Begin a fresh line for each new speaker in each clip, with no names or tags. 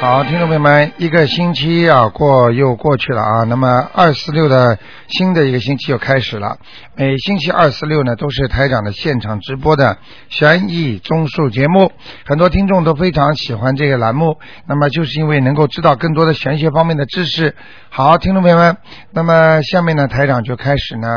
好，听众朋友们，一个星期啊过又过去了啊，那么二四六的新的一个星期又开始了。每星期二四六呢都是台长的现场直播的悬疑综述节目，很多听众都非常喜欢这个栏目。那么就是因为能够知道更多的玄学方面的知识。好，听众朋友们，那么下面呢台长就开始呢。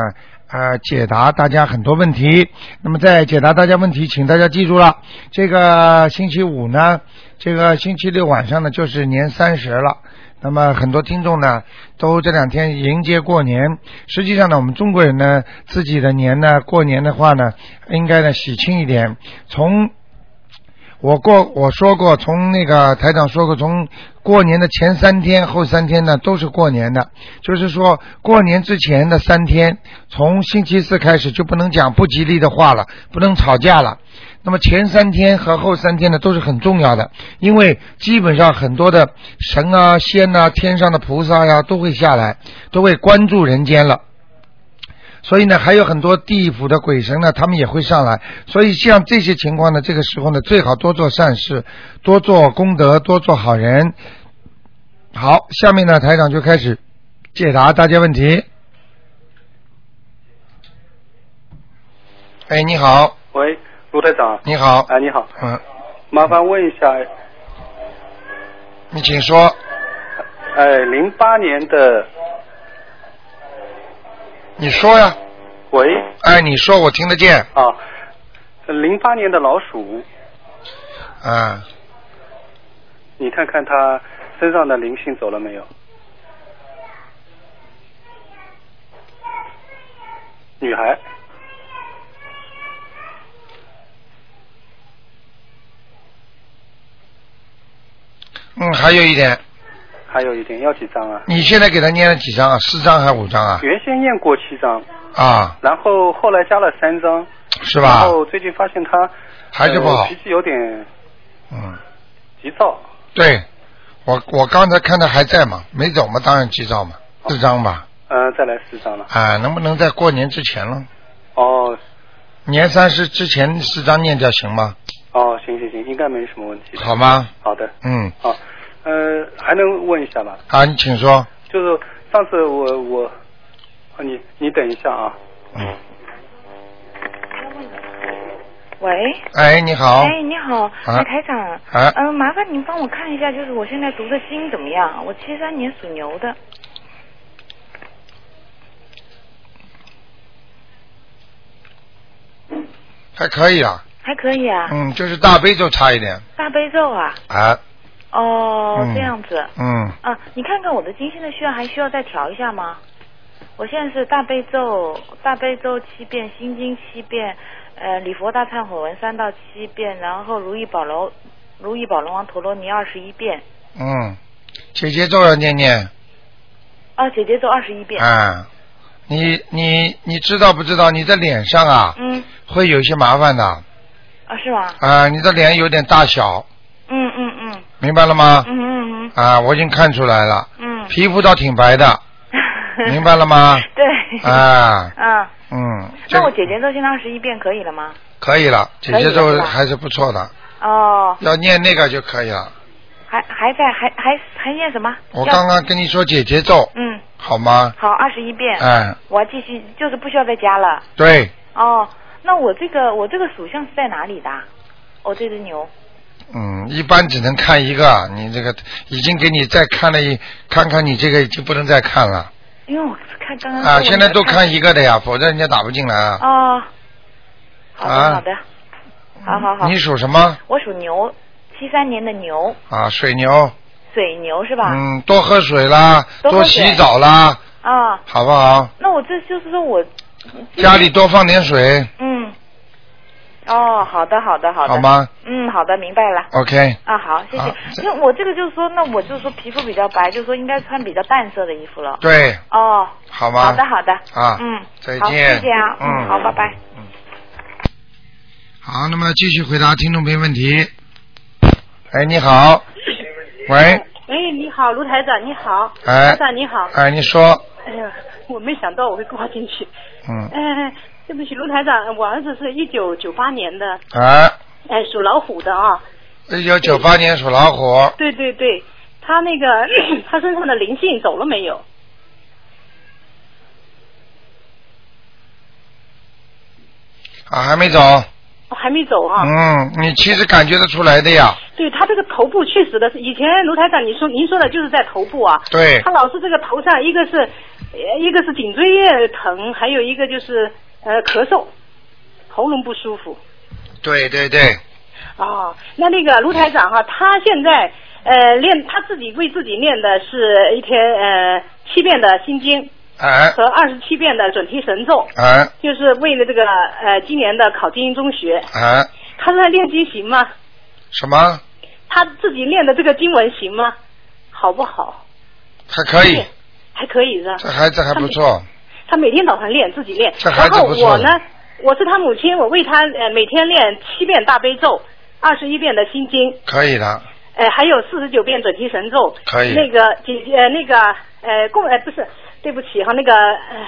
呃，解答大家很多问题。那么在解答大家问题，请大家记住了，这个星期五呢，这个星期六晚上呢，就是年三十了。那么很多听众呢，都这两天迎接过年。实际上呢，我们中国人呢，自己的年呢，过年的话呢，应该呢喜庆一点。从我过我说过，从那个台长说过，从过年的前三天、后三天呢，都是过年的。就是说，过年之前的三天，从星期四开始就不能讲不吉利的话了，不能吵架了。那么前三天和后三天呢，都是很重要的，因为基本上很多的神啊、仙呐、天上的菩萨呀、都会下来，都会关注人间了。所以呢，还有很多地府的鬼神呢，他们也会上来。所以像这些情况呢，这个时候呢，最好多做善事，多做功德，多做好人。好，下面呢，台长就开始解答大家问题。哎，你好，
喂，卢台长。
你好，
哎，你好，
嗯，
麻烦问一下，
你请说，
呃，零八年的，
你说呀，
喂，
哎，你说我听得见，
啊，零八年的老鼠，
啊，
你看看它身上的灵性走了没有？女孩，
嗯，还有一点，
还有一点，要几张啊？
你现在给他念了几张啊？四张还是五张啊？
原先验过七张，
啊，
然后后来加了三张，
是
然
吧？
后最近发现他呃
还是不好
脾，气有点
嗯，
急躁，
对，我我刚才看他还在嘛，没走嘛，当然记账嘛，四张吧，
嗯、再来四张了。
啊，能不能在过年之前了？
哦
年三十之前四张念掉行吗？
哦，行行行，应该没什么问题。
好吗？
好的。
嗯，
啊，呃，还能问一下吗？
啊，你请说，
就是上次我我，啊你你等一下啊，
嗯，
喂，
哎，你好，
哎，你好，
啊
哎，台长，
啊
嗯、麻烦您帮我看一下，就是我现在读的经怎么样？我七三年属牛的，
还可以啊，
还可以啊，
嗯，就是大悲咒差一点，
大悲咒啊，
啊，
哦，
嗯
这样子，
嗯，
啊，你看看我的经现在需要还需要再调一下吗？我现在是大悲咒，大悲咒七遍，心经七遍，呃，礼佛大忏悔文三到七遍，然后如意宝楼，如意宝龙王陀罗尼二十一遍，
嗯，姐姐咒要念念，
啊，姐姐咒二十一遍，
啊，你你你知道不知道你的脸上啊
嗯，
会有一些麻烦的，
啊，是吗？
啊，你的脸有点大小，
嗯嗯嗯
明白了吗？
嗯嗯嗯
啊，我已经看出来了，
嗯。
皮肤倒挺白的， 明白了吗？
对。
啊，
嗯，
嗯，这
那我
个
姐姐咒现在二十一遍可以了吗？
可以了，姐
可以
姐
了
咒
是吧
还是不错的，
哦，
要念那个就可以了。
还还在还还还念什么？
我
要
刚刚跟你说姐姐咒，
嗯，
好吗？
好，二十一遍，
哎，
我要继续，就是不需要再加了。
对，
哦，那我这个我这个属相是在哪里的啊？我这只牛。
嗯，一般只能看一个，你这个已经给你再看了一看看你这个已经不能再看了
因为我看刚刚
啊，
嗯说我
现在
那个
都看一个的呀，否则人家打不进来啊。
哦，好的、
啊
好的，好好好
你，属什么
我属牛，七三年的牛，
啊？水牛。
水牛是吧？
嗯，多喝水啦，
啊多喝水
洗澡啦，
啊、
好不好？
那我这就是说我
家里多放点水，
嗯，哦，好的，好的，好的，
好？吗
嗯，好的，明白了。
？OK，
啊，好，谢
好
谢。因为我这个就是说，那我就是说皮肤比较白，就是说应该穿比较淡色的衣服了。
对，
哦，
好吗？
好的，好的。
啊
嗯，
再
好
见
谢谢啊，
嗯
好，拜拜。
好，那么继续回答听众朋友问题。哎，你好， 喂，
喂，哎你好，卢台长，你好，
哎
台长你好，
哎，你说，
哎呀，我没想到我会挂进去，
嗯，
哎，对不起，卢台长，我儿子是一九九八年的，
哎，
哎，属老虎的啊，
一九九八年属老虎，
对对对，他那个 他身上的灵性走了没有？
啊，还没走。
哦还没走啊。
嗯，你其实感觉得出来的呀。
对他这个头部确实的是，以前卢台长你说您说的就是在头部啊，
对
他，老是这个头上一个是，呃一个是颈椎叶疼，还有一个就是呃咳嗽，喉咙不舒服。
对对对，
哦，那那个卢台长哈、他现在呃练他自己为自己练的是一天呃七遍的心经
哎
和二十七遍的准提神咒，
哎
就是为了这个呃今年的考精英中学，
哎，
他在练经行吗？
什么？
他自己练的这个经文行吗？好不好？
还可以
对，还可以是吧？
这孩子还不错。
他每天早上练，自己练。
这孩
然
子
后
不错
我呢，我是他母亲，我为他呃每天练七遍大悲咒，二十一遍的心经，
可以的，
呃还有四十九遍准提神咒。
可以
那个姐姐，呃那个呃共呃不是，对不起哈，那个呃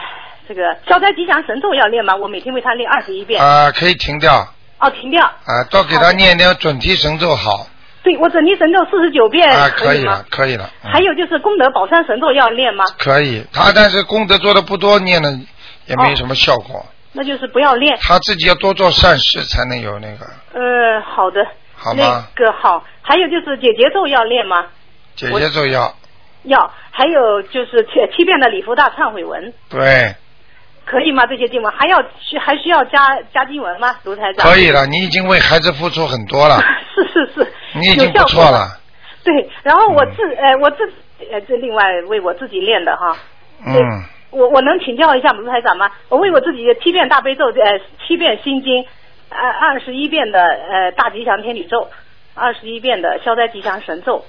这个消灾吉祥神咒要练吗？我每天为他练二十一遍。
啊，可以停掉，
哦，停掉。
啊，多给他念点准提神咒好，
对，我准提神咒四十九遍、
啊，
哎可
可以
吗
了？，可以了，嗯
还有就是功德宝山神咒要练吗？
可以，他但是功德做的不多，念了也没什么效果，
那就是不要练。
他自己要多做善事才能有那个，
呃，好的。
好
那
吗？
个好，还有就是解结咒要练吗？
姐姐咒要，
要，还有就是七七遍的礼佛大忏悔文，
对，
可以吗？这些经文还要需还需要加加经文吗？卢台长？
可以了，你已经为孩子付出很多了，
是是是，
你已经
有效
不
果
错。了，
对，然后我
嗯
自、呃我自呃这另外为我自己练的哈，
嗯，
我我能请教一下卢台长吗？我为我自己的七遍大悲咒呃七遍心经，呃二十一遍的呃大吉祥天女咒，二十一遍的消灾吉祥神咒，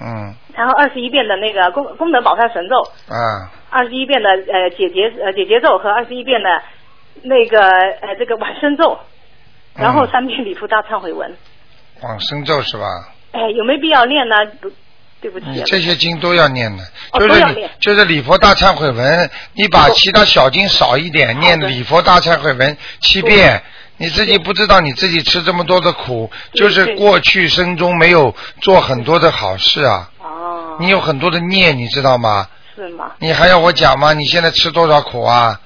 嗯，
然后二十一遍的那个功功德宝山神咒，
啊，
二十一遍的呃解结呃解结咒和二十一遍的那个呃这个往生咒，
嗯
然后三遍礼佛大忏悔文。
往生咒是吧？
哎，有没有必要念呢？不对不起
你，这些经都要念的，
哦
就是
都要
你
念嗯
就是礼佛大忏悔文，你把其他小经少一点，念礼佛大忏悔文七遍。你自己不知道你自己吃这么多的苦，
对
就是
对
过去生中没有做很多的好事啊，
哦，
你有很多的孽，你知道吗？
是吗？
你还要我讲吗？你现在吃多少苦 啊？，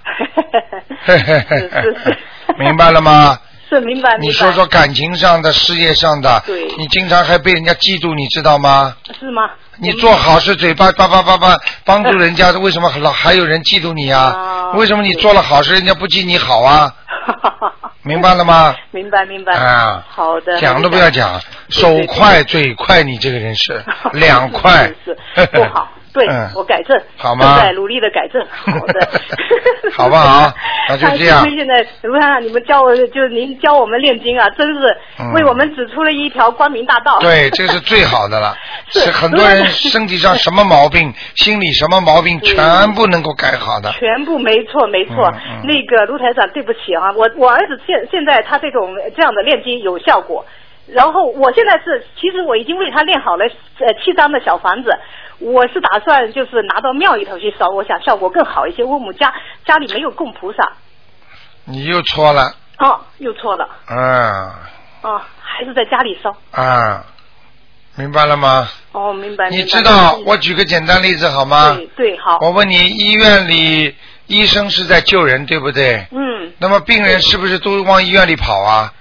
是是是
明白了吗？
是明白。
你
明白
说说感情上的、事业上的
对，
你经常还被人家嫉妒，你知道吗？
是吗？
你做好事，嘴巴叭叭叭叭帮助人家，为什么老还有人嫉妒你啊？
嗯啊
为什么你做了好事，人家不记你好 啊？明白了吗？
明白明白。
啊，
好的。
讲都不要讲，
对
手
对
快嘴快，你这个人是两
是
块。
是是不好 对
嗯，
我改正，
好吗，
正在努力的改正，好的
好不好 那就 这样
哎因为现在卢先生，你们教我，就是您教我们念经啊，真是
嗯
为我们指出了一条光明大道。
对，这是最好的了。
是
是很多人
对
身体上什么毛病，心理什么毛病，
对
全部能够改好的。
嗯全部没错，没错。
嗯嗯
那个卢台长，对不起啊，我我儿子现现在他这种这样的练经有效果，然后我现在是，其实我已经为他练好了呃七张的小房子，我是打算就是拿到庙里头去烧，我想效果更好一些。我母家家里没有供菩萨，
你又错了，
哦，又错了，
嗯
哦，还是在家里烧。
啊，明白了吗？
哦，明白。
你
明白
知道，我举个简单例子好吗？
对对好，
我问你，医院里医生是在救人，对不对？
嗯，
那么病人是不是都往医院里跑啊？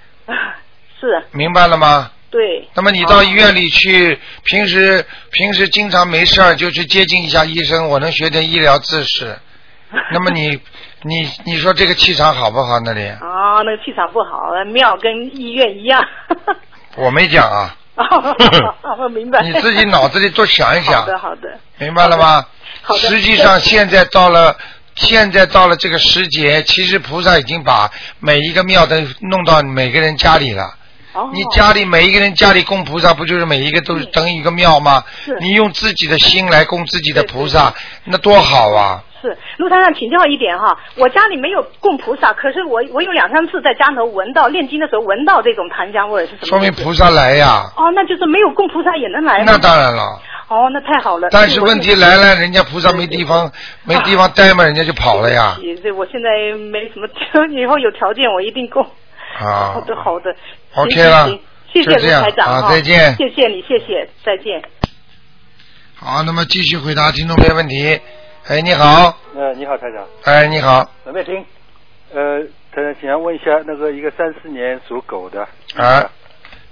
是
明白了吗？
对。
那么你
哦
到医院里去，平时平时经常没事儿就去接近一下医生，我能学点医疗知 识。那么你你你说这个气场好不好？那里
啊、哦，那个气场不好，庙跟医院一样。
我没讲 啊，
哦，我明白。
你自己脑子里多想一想
好，的，好的，
明白了吗？
好的。
实际上，现在到了现在到了这个时节，其实菩萨已经把每一个庙都弄到每个人家里了。
哦，
你家里每一个人家里供菩萨，不就是每一个都是等于一个庙吗
嗯是？
你用自己的心来供自己的菩萨，那多好啊！
是陆先生请教一点哈，我家里没有供菩萨，可是我我有两三次在家头闻到念经的时候闻到这种檀香味儿是什
说
么意
明
思？
菩萨来呀。
哦，那就是没有供菩萨也能来吗
那当然了，
哦，那太好了。
但是
我
问题来了，人家菩萨没地
嗯
方没地方待嘛，人家就跑了呀。
也对，我现在没什么， 以后有条件我一定供。
啊
嗯好的，好的。
OK
行
了
行行谢谢
就这
卢
样
台长
啊
哈
再见
谢谢你，谢谢，再见。
好，那么继续回答听众朋友问题。哎，你好，
呃，你好，台长，
哎，你好，
准备听。呃，台长，请想问一下，那个一个三四年属狗的，
啊，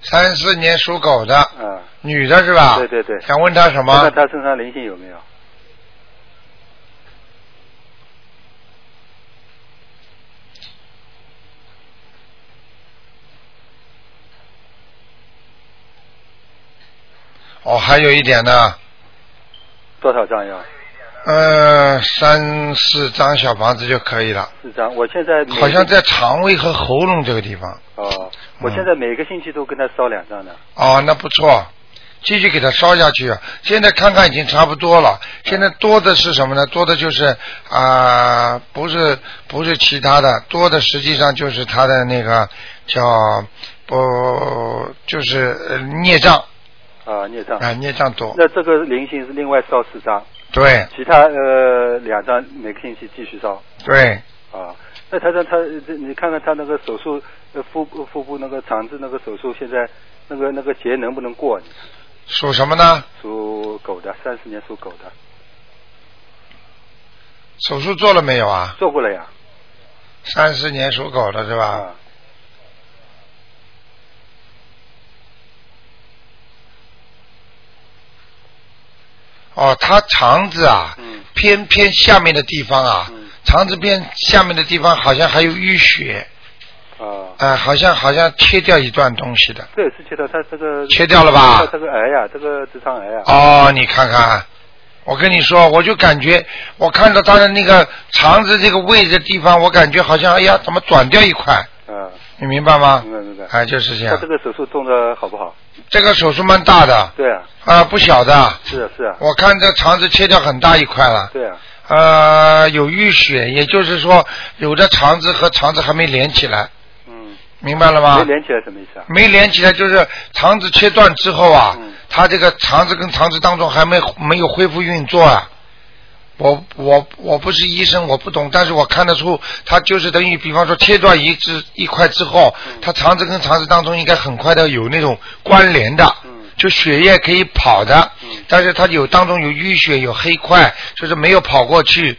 三四年属狗的
嗯，
女的是吧？
对对对
想问她什
看
么
看？他身上灵性有没有？
哦，还有一点呢，
多少张要？
呃，三四张小房子就可以了，
四张。我现在每
好像在肠胃和喉咙这个地方。
哦，我现在每个星期都跟他烧两张呢。
哦，那不错，继续给它烧下去。啊现在看看已经差不多了，现在多的是什么呢？多的就是啊、不是不是其他的，多的实际上就是它的那个叫不、就是呃孽障
啊，孽障。
啊，孽障多。
那这个灵性是另外烧四张，
对
其他呃两张每个星期继续烧
对，
啊。那他说他，这你看看他那个手术，呃腹部腹部那个肠子那个手术，现在那个那个结能不能过？
属什么呢？
属狗的，三十年属狗的，
手术做了没有啊？
做过了呀。
三四年属狗的是吧？
啊，
哦，他肠子啊，
嗯
偏偏下面的地方啊
嗯，
肠子偏下面的地方好像还有淤血。
啊，
啊、好像好像切掉一段东西的。
这也是切掉他这个
切掉了吧
他这个癌呀，这个直肠癌呀。
哦，你看看，我跟你说，我就感觉我看到他的那个肠子这个位置地方，我感觉好像哎呀，怎么短掉一块？
啊，
你明白吗
明？白明白。
哎，就是这
他
样
这。个手术动的好不好？
这个手术蛮大的啊、
对啊，
不小的。
是啊是啊，
我看这肠子切掉很大一块了，
对啊，
呃，有淤血，也就是说，有的肠子和肠子还没连起来，
嗯，
明白了吗？
没连起来什么意思啊？
没连起来，就是肠子切断之后啊，
嗯
它这个肠子跟肠子当中还没没有恢复运作啊。我我我不是医生，我不懂，但是我看得出，它就是等于，比方说切断一只一块之后，
嗯
它肠子跟肠子当中应该很快的有那种关联的，
嗯
就血液可以跑的，
嗯
但是它有当中有淤血，有黑块，就是没有跑过去，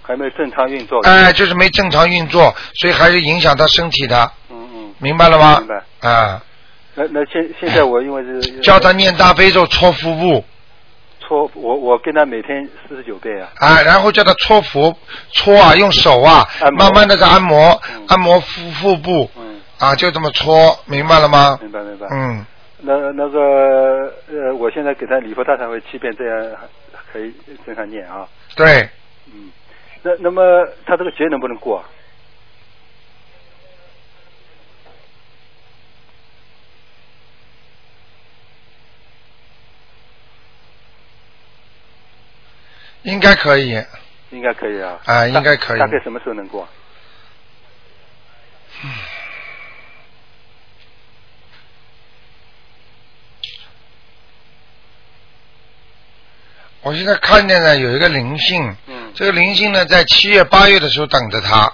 还没有正常运作。
哎、就是没正常运作，所以还是影响他身体的，
嗯嗯，
明白了吗？
明白。
啊、
那那现现在我因为是
叫他念大悲咒搓腹部。
搓，我我跟他每天四十九遍啊，
啊，然后叫他搓腹，搓啊，用手啊
嗯按，摩
慢慢的在按摩
嗯，
按摩腹腹部，
嗯，
啊，就这么搓，明白了吗？
明白明白。
嗯，
那那个呃，我现在给他礼佛大忏悔七遍，这样还可以正常念啊。
对，
嗯，那那么他这个节能不能过啊？
应该可以，
应该可以啊。
啊应该
大
可以
大概什么时候能过啊？
我现在看见呢有一个灵性，
嗯
这个灵性呢在七月八月的时候等着他，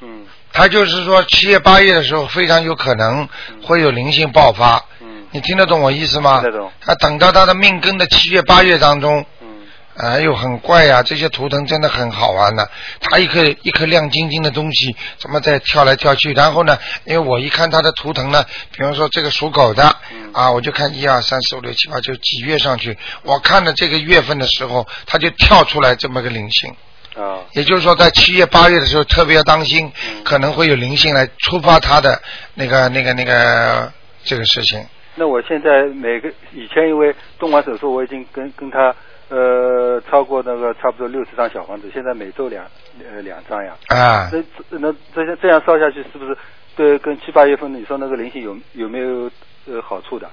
嗯
他就是说七月八月的时候非常有可能会有灵性爆发，
嗯
你听得懂我意思吗？
听得懂
他等到他的命根的七月八月当中，
嗯
哎呦，很怪呀、这些图腾真的很好玩的、它一颗一颗亮晶晶的东西，怎么在跳来跳去？然后呢，因为我一看它的图腾呢，比方说这个属狗的，
嗯
啊，我就看一二三四五六七八九几月上去，我看了这个月份的时候，它就跳出来这么个灵性。
啊
也就是说，在七月八月的时候，特别要当心，
嗯
可能会有灵性来触发它的那个那个那个这个事情。
那我现在每个以前因为动完手术，我已经跟跟他呃超过那个差不多六十张小房子，现在每周两呃两张呀。
啊，
那那这样这样烧下去，是不是对跟七八月份你说那个灵性有有没有呃好处的？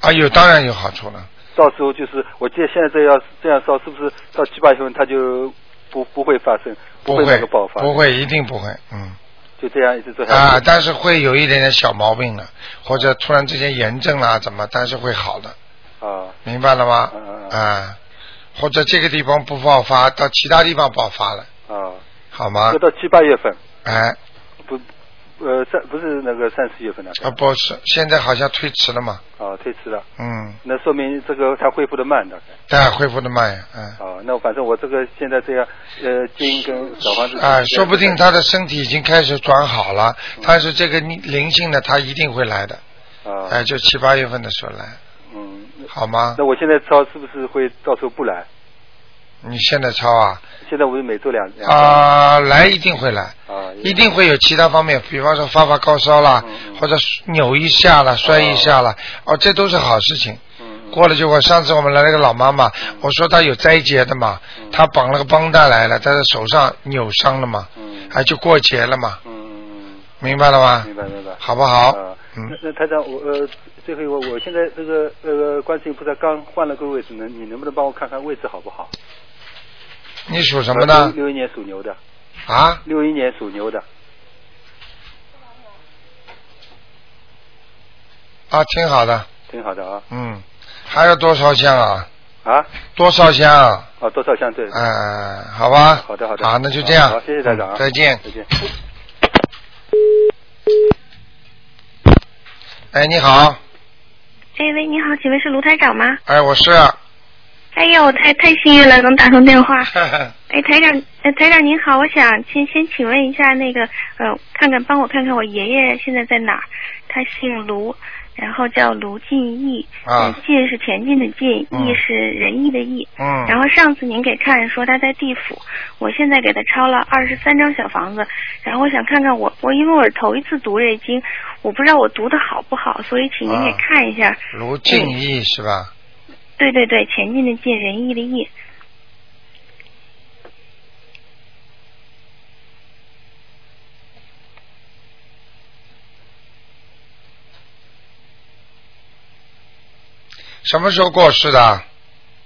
啊，有当然有好处了。
到时候就是我记得现在这要这样烧，是不是到七八月份它就不不会发生，
不
会那
会
个爆发，
不会，一定不会，嗯。
就这样一直做
啊
下，去。
但是会有一点点小毛病的，或者突然之间炎症啦，怎么？但是会好的，
啊
明白了吗
嗯嗯？嗯
啊，或者这个地方不爆发，到其他地方爆发了，
啊，
好吗
要？到七八月份
哎，
不呃，三不是那个三四月份的
啊，不是，现在好像推迟了嘛，
啊，推迟了，
嗯，
那说明这个它恢复的慢大概。
但恢复的慢呀，嗯，
啊，那反正我这个现在这样，呃，经跟小房子
啊，说不定他的身体已经开始转好了，
嗯
但是这个灵灵性呢，他一定会来的，
啊，
哎，就七八月份的时候来，
嗯，
好吗
那？我现在抄是不是会到时候不来？
你现在抄啊，
现在我是每周两两
啊，来一定会来，
啊，
一定会有其他方面，比方说发发高烧啦
嗯，嗯
或者扭一下啦，摔一下啦，哦，这都是好事情。
嗯，嗯
过了就过。上次我们来了个老妈妈，我说她有灾劫的嘛，
嗯
她绑了个绷带来了，她的手上扭伤了嘛，
嗯
哎，就过节了嘛，
嗯，
明白了吗
明？白明白。
好不好？
啊，那
嗯，
那台长，我呃，最后一个，我现在这个呃，观世音菩萨刚换了个位置，能你能不能帮我看看位置好不好？呃
你属什么呢？
六一年属牛的，
啊，
六一年属牛的，
啊，挺好的，
挺好的啊
嗯，还有多烧香啊？
啊
多烧香啊，
啊，多少相对？
嗯，好吧。
好的好的
好，那就这样。
好谢谢台长啊
嗯再见。
再见。
哎，你好，
哎喂，你好，请问是卢台长吗？
哎，我是，
哎呀，我太太幸运了，能打通电话。
啊，
哎，台长，呃，台长您好，我想先先请问一下那个，呃，看看帮我看看我爷爷现在在哪儿？他姓卢，然后叫卢进义，呃进是前进的进，
嗯
义是仁义的义。
嗯，
然后上次您给看说他在地府，我现在给他抄了二十三张小房子，然后我想看看我我因为我是头一次读这经，我不知道我读的好不好，所以请您给
啊
看一下。
卢静义是吧？
对对对，前进的进，仁义的义。
什么时候过世的？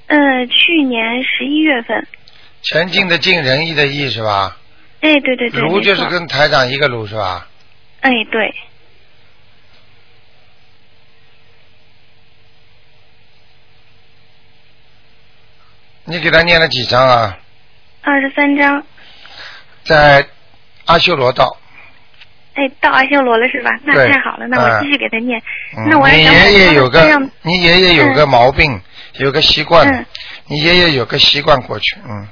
呃，去年十一月份。
前进的进，仁义的义是吧？
哎，对对对，
卢
没
就
错。
是跟台长一个卢是吧？
哎，对，
你给他念了几张啊？
二十三章。
在阿修罗道。
哎，到阿修罗了是吧？那
对
太好了，那
哎
我继续给他念。
嗯、
那我还
你
想
爷爷有
我
个
帮他这样，
你爷爷有个毛病，有个习惯、
嗯
你爷爷有个习惯过去，嗯。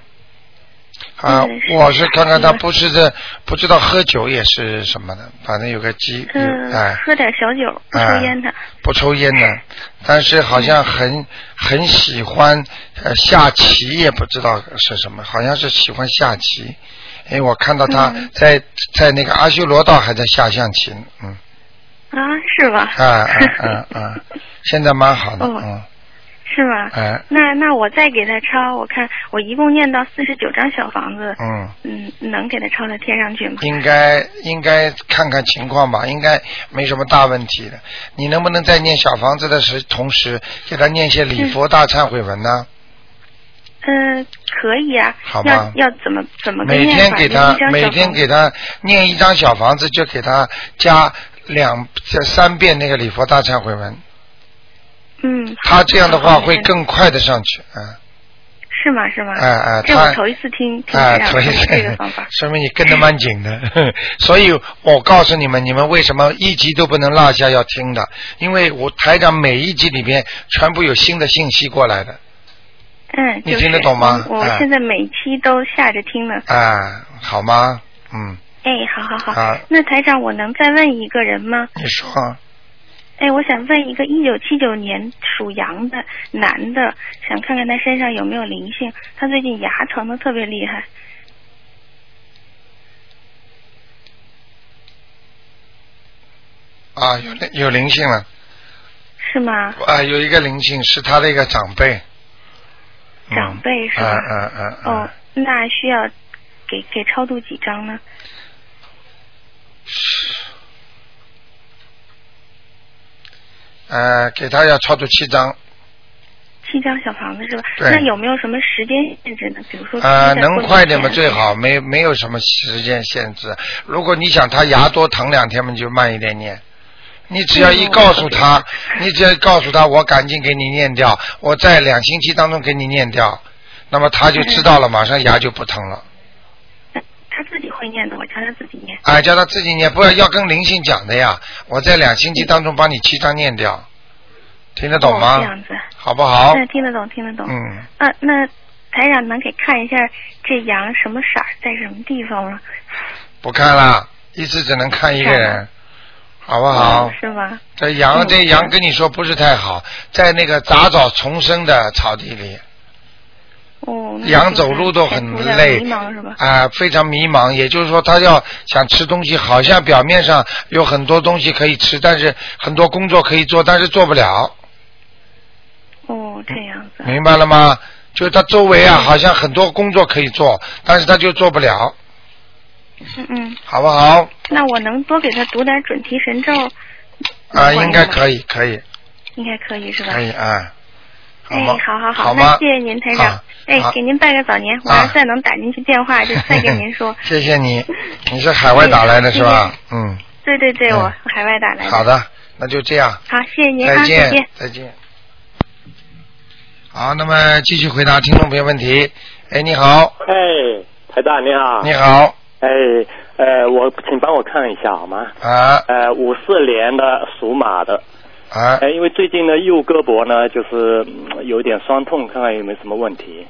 啊
嗯，是
我是看看他
习惯
不是这不知道喝酒也是什么的，反正有个鸡，有
嗯、
哎，
喝点小酒，不抽烟的。
不抽烟的，但是好像很很喜欢呃下棋，也不知道是什么，好像是喜欢下棋。因为我看到他
嗯
在、在那个阿修罗道还在下象棋呢，嗯，
啊，是吧？
啊啊啊 啊，现在蛮好的，
哦
嗯，
是吧？
哎，
那那我再给他抄，我看我一共念到四十九张小房子，
嗯，
嗯，能给他抄到天上去吗？
应该应该看看情况吧，应该没什么大问题的。你能不能在念小房子的时同时给他念一些礼佛大忏悔文呢？
嗯、可以啊。
好吧
要要怎么怎么个
每
念
天
法
给他
念一张小
每
房
天
子
给他念一张小房子，就给他加两这三遍那个礼佛大忏悔文，
嗯，
他这样的话
好
会更快的上去，嗯，
是吗？是吗？
哎哎，
这我
他
头一次听听
哎
这，样
所以。
这个方法
说明你跟的蛮紧的， 所以我告诉你们，你们为什么一集都不能落下要听的，因为我台长每一集里边全部有新的信息过来的，
嗯，
你
就是
听得懂吗
我
哎
我现在每期都下着听呢。
啊，好吗？嗯，
哎，好好好。
啊
那台长，我能再问一个人吗？
你说
哎，我想问一个一九七九年属羊的男的，想看看他身上有没有灵性。他最近牙疼的特别厉害。
啊，有灵有灵性了
是吗？
啊，有一个灵性是他的一个长辈，嗯
长辈是吧？
嗯嗯嗯嗯。
哦，那需要给给超度几张呢？
呃，给他要超度七张，
七张小房子是吧？
对
那有没有什么时间限制呢？比如说
呃，
在过
能
年
快点嘛
前
最好，没没有什么时间限制。如果你想他牙多疼两天嘛，你就慢一点念。你只要一
嗯
告诉他，你只要告诉他，我赶紧给你念掉，我在两星期当中
嗯
给你念掉，那么他就知道了，马上牙就不疼了。
他自己会念的，我叫他自己念。
啊，叫他自己念，不要要跟灵性讲的呀。我在两星期当中帮你七张念掉，听得懂吗
哦、这？样子。
好不好？
那听得懂，听得懂。
嗯，
啊，那台长能给看一下这羊什么色儿，在什么地方吗？
不看了，一次只能看一个人，好不好？
啊哦是吗？
这羊，
嗯
这羊跟你说不是太好，在那个杂草丛生的草地里，
哦。那
羊
就
走
是
路都
还
很
有点
累
迷茫是吧？
啊、非常迷茫。也就是说，他要想吃东西，好像表面上有很多东西可以吃，但是很多工作可以做，但是做不了，
哦，这样子。
明白了吗？就是他周围啊，好像很多工作可以做，但是他就做不了，
嗯嗯，
好不好？
那我能多给他读点准提神咒？
啊、
管用
应该
吗
可以，可以，
应该可以是吧？
可以啊、
哎，
吗？
好好
好
那
吗？
谢谢您，台长
好。
哎
好，
给您拜个早年，我
啊。
要再能打进去电话，就再跟您说
谢谢 你，你是海外打来的是吧？嗯，
对对对，
嗯
我海外打来的。
好的，那就这样，
好，谢谢您啊，
再
再见
见。，再见。好，那么继续回答听众朋友问题。哎，你好，
哎，台大你好。
你。好，
哎，呃，我请帮我看一下好吗？
啊
呃，五四年的属马的，
啊，
哎，因为最近呢右胳膊呢就是嗯有点酸痛，看看有没有什么问题。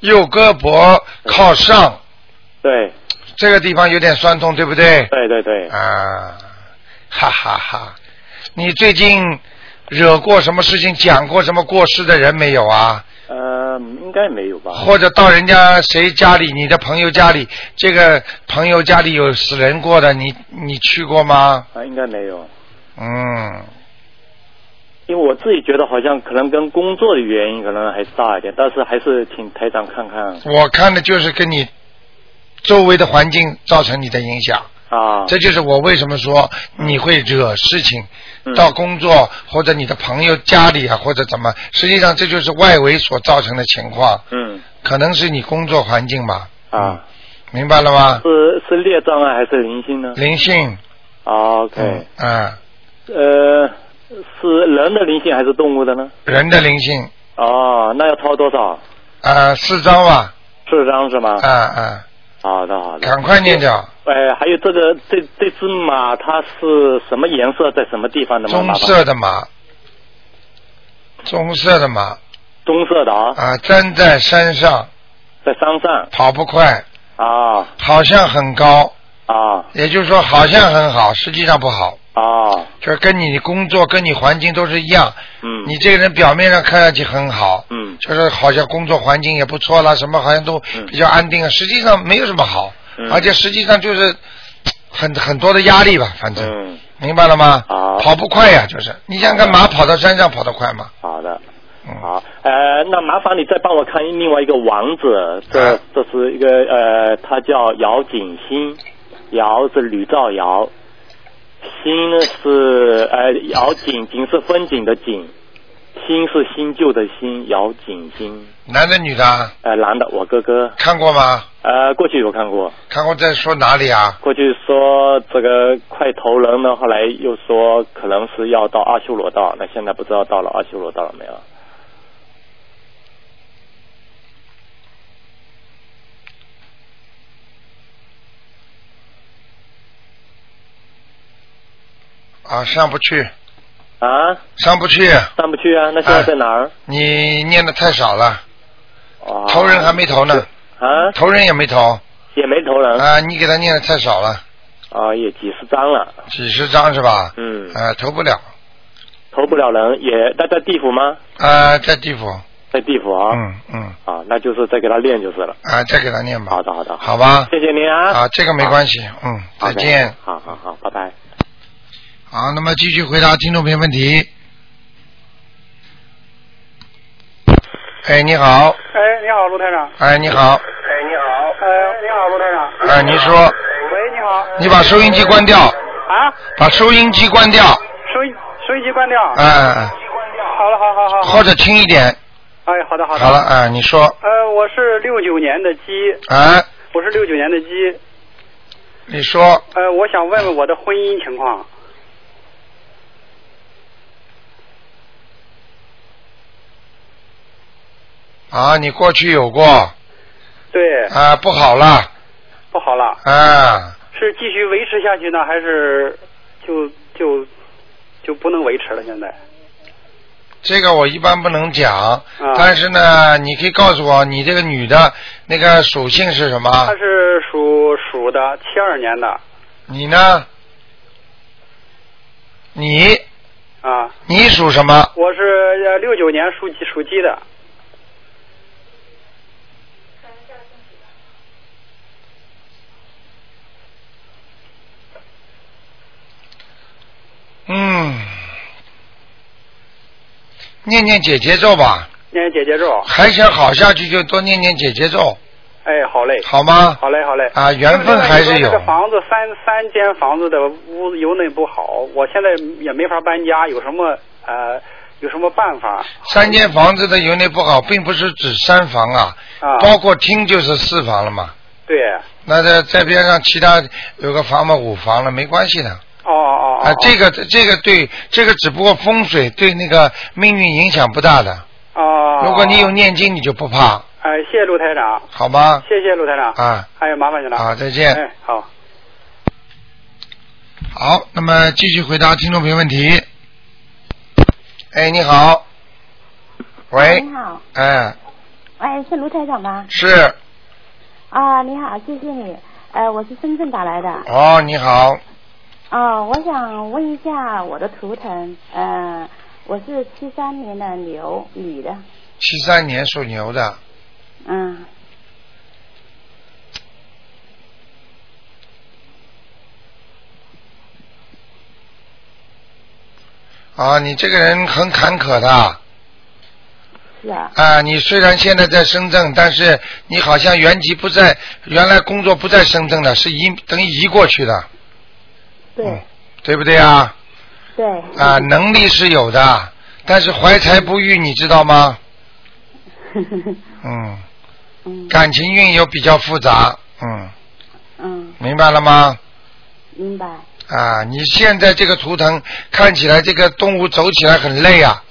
右胳膊靠上
对，
这个地方有点酸痛，对不对？
对对对，
啊，哈哈哈！你最近惹过什么事情，讲过什么过失的人没有啊？
呃，应该没有吧？
或者到人家谁家里，你的朋友家里，这个朋友家里有死人过的，你你去过吗？
啊，应该没有，
嗯，
因为我自己觉得好像可能跟工作的原因可能还是大一点，但是还是请台长看看
我看的就是跟你周围的环境造成你的影响，
啊。
这就是我为什么说你会惹事情，
嗯
到工作或者你的朋友家里啊，或者怎么，实际上这就是外围所造成的情况，
嗯
可能是你工作环境吧，
啊，
明白了吗？
是是裂障啊还是灵性呢？
灵性，
啊，OK。
嗯，啊，
呃，是人的灵性还是动物的呢？
人的灵性，
哦，那要掏多少？
啊，四张吧，
四张是吗？
啊啊，
好的好的。
赶快念掉。
哎，还有这个这这只马，它是什么颜色，在什么地方的吗？
棕色的马，棕色的马
棕色的啊，
啊，站在山上
在山上
跑不快，
啊
好像很高，
啊
也就是说好像很好，实际上不好，
啊，
就是跟你工作、跟你环境都是一样。
嗯，
你这个人表面上看上去很好，
嗯
就是好像工作环境也不错啦，什么好像都
嗯
比较安定，啊实际上没有什么好，
嗯
而且实际上就是很很多的压力吧，反正
嗯，
明白了吗？
好
跑不快呀，就是你想看马跑到山上跑得快吗？
好的。
嗯。
好，呃，那麻烦你再帮我看另外一个王者，这、
啊
这是一个呃，他叫姚景新，姚是吕兆尧，新呢是呃姚景景是风景的景，新是新旧的新，姚景新，
男的女的啊？
呃，男的我哥哥，
看过吗？
呃，过去有看过，
看过在说哪里啊？
过去说这个快投人呢，后来又说可能是要到阿修罗道，那现在不知道到了阿修罗道了没有？
啊，上不去，
啊，
上不去，
上不去啊，那现在在哪儿？
你念的太少了，
哦
投人还没投呢，
啊，
投人也没投
也没投人啊
啊，你给他念的太少了，
也几十张了，
几十张是吧？
嗯，
啊，投不了，
投不了人，也那在地府吗？
啊，在地府，
在地府啊，
嗯嗯，
啊，那就是再给他练就是了。
啊，再给他念吧
好，的，好的，
好吧？
谢谢您啊，
啊，这个没关系，嗯，
好
再
的
见。
好好好，拜拜。
好，那么继续回答听众朋友问题。哎，你好，
哎，你好，卢台长。
哎，你好，
哎，你好。哎，你好，卢台长。
哎，您说，
喂，你好。
你把收音机关掉，
啊，
把收音机关掉，
收音收音机关掉。
哎、哎
好了，好好好
哎，
好。
或者轻一点，
哎，好的，好的。
好了，。哎、你说，
呃，我是六九年的鸡，
哎、
我是六九年的鸡。
你说，
呃，我想问问我的婚姻情况。
啊，你过去有过，
对，
啊，不好了，
不好了，
啊，
是继续维持下去呢，还是就就就不能维持了？现在
这个我一般不能
啊
讲，但是呢，你可以告诉我你这个女的那个属性是什么
她？是属鼠的，七二年的
你呢？你
啊。
你属什么？
我是呃六九年属鸡属鸡的，
嗯，念念姐姐咒吧，
念姐姐咒。
还想好下去就多念念姐姐咒
哎，好嘞。
好吗
好嘞，好嘞。
啊缘分还是有
另外你说这个房子三三间房子的屋子有那不好，我现在也没法搬家，有什么呃有什么办法？
三间房子的由内不好，并不是指三房啊，
啊
包括厅就是四房了嘛。
对，
那在在边上其他有个房嘛，五房了，没关系的。
哦哦哦。
啊，这个这个对，这个只不过风水对那个命运影响不大的。
哦。
如果你有念经，你就不怕，
哎，谢谢陆台长，
好吗？
谢谢陆台长。
啊，
哎，麻烦你了。
好再见
哎，好。
好，那么继续回答听众朋友问题。哎，你好，喂
你，好，
哎，
哎，是卢台长吗？
是，
啊，你好，谢谢你。呃，我是深圳打来的。
哦，你好，
啊，我想问一下我的图腾，呃，我是七三年的牛，女的，
七三年属牛的，
嗯，
啊，你这个人很坎坷的。
是啊，
啊，你虽然现在在深圳，但是你好像原籍不在，原来工作不在深圳了，是移等于移过去的，
对、
对不对啊？
对，
啊，能力是有的，但是怀才不遇，你知道吗？嗯，
嗯
感情运又比较复杂，嗯，
嗯，
明白了吗？
明白，
啊，你现在这个图腾看起来这个动物走起来很累啊，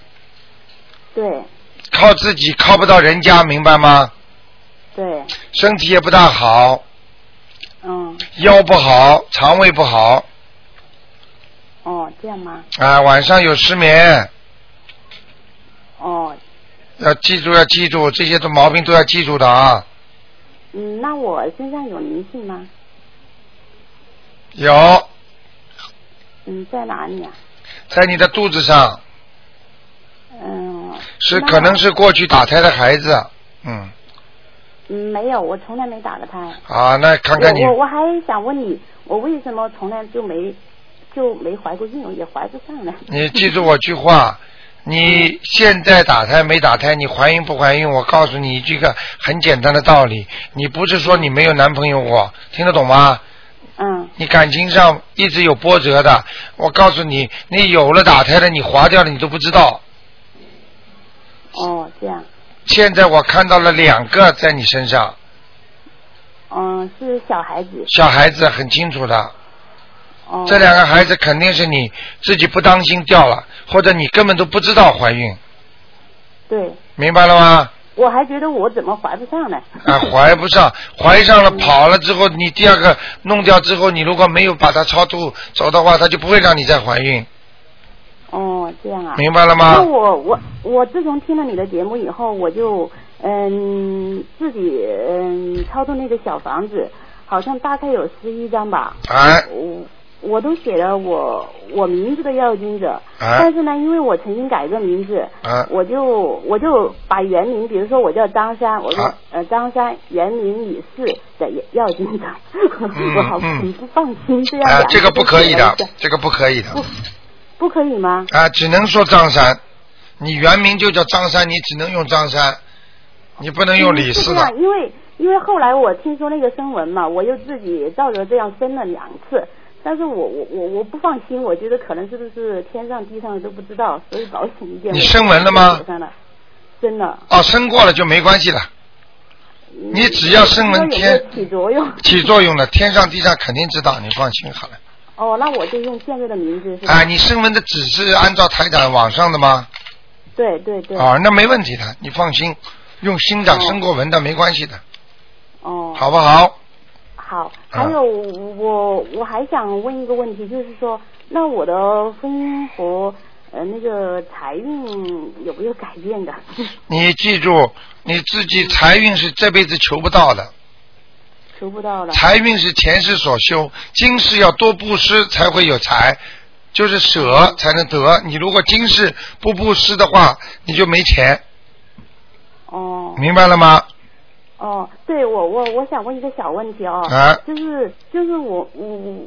对
靠自己靠不到人家，明白吗？
对，
身体也不大好，
嗯，
腰不好，肠胃不好，
哦，这样吗？
啊，晚上有失眠，
哦，
要记住要记住，这些的毛病都要记住的啊。
嗯，那我身上有灵性吗？
有
嗯，在哪里啊？
在你的肚子上，
嗯，
是
那
可能是过去打胎的孩子，嗯，
嗯，没有，我从来没打过胎。
啊，那看看你
我我我还想问你，我为什么从来就没就没怀过孕，也怀不上呢？
你记住我句话，你现在打胎没打胎，你怀孕不怀孕？我告诉你一句个很简单的道理，你不是说你没有男朋友过，听得懂吗？
嗯，
你感情上一直有波折的，我告诉你，你有了打胎的，你划掉了，你都不知道。
哦，这样，
现在我看到了两个在你身上，
嗯，是小孩子，
小孩子很清楚的，
哦，
这两个孩子肯定是你自己不当心掉了，或者你根本都不知道怀孕，
对，
明白了吗？
我还觉得我怎么怀不上呢？
啊，怀不上，怀上了跑了之后，你第二个弄掉之后，你如果没有把它超度走的话，它就不会让你再怀孕，
哦，这样啊，
明白了
那
吗？
我我我自从听了你的节目以后，我就嗯自己嗯操作那个小房子，好像大概有十一张吧。
哎，
我我都写了我我名字的要经者，
哎
但是呢，因为我曾经改过名字，
啊
我就我就把原名，比如说我叫张山，我说、
啊
呃张山原名李四的要 经者，我好
嗯
很不放心这样、
啊，这个不可以的
这样，
这个不可以的，
不可以吗？
啊，只能说张三，你原名就叫张三，你只能用张三，你不能用李
嗯是
四的
这样，，因为因为后来我听说那个声纹嘛，我又自己照着这样生了两次。但是我我我我不放心，我觉得可能是不是天上地上的都不知道，所以保险一点。
你生纹了吗
生了，真的。
哦，生过了就没关系了。你只要生纹
不知道有没
天
有起作用。
起作用了，天上地下肯定知道，你放心好了。
哦，那我就用现在的名字是吧？
啊，你声纹的纸是按照台长网上的吗？
对对对。
哦啊，那没问题的，你放心，用心长
哦
生过纹的没关系的。
哦，
好不好？
好，
啊
还有我我还想问一个问题，就是说，那我的婚姻和呃那个财运有没有改变的？
你记住，你自己财运是这辈子求不到的，
求不到了。
财运是前世所修，今世要多布施才会有财，就是舍才能得。你如果今世不布施的话，你就没钱，
哦
明白了吗？
哦，对我我我想问一个小问题哦，
啊
就是就是我我我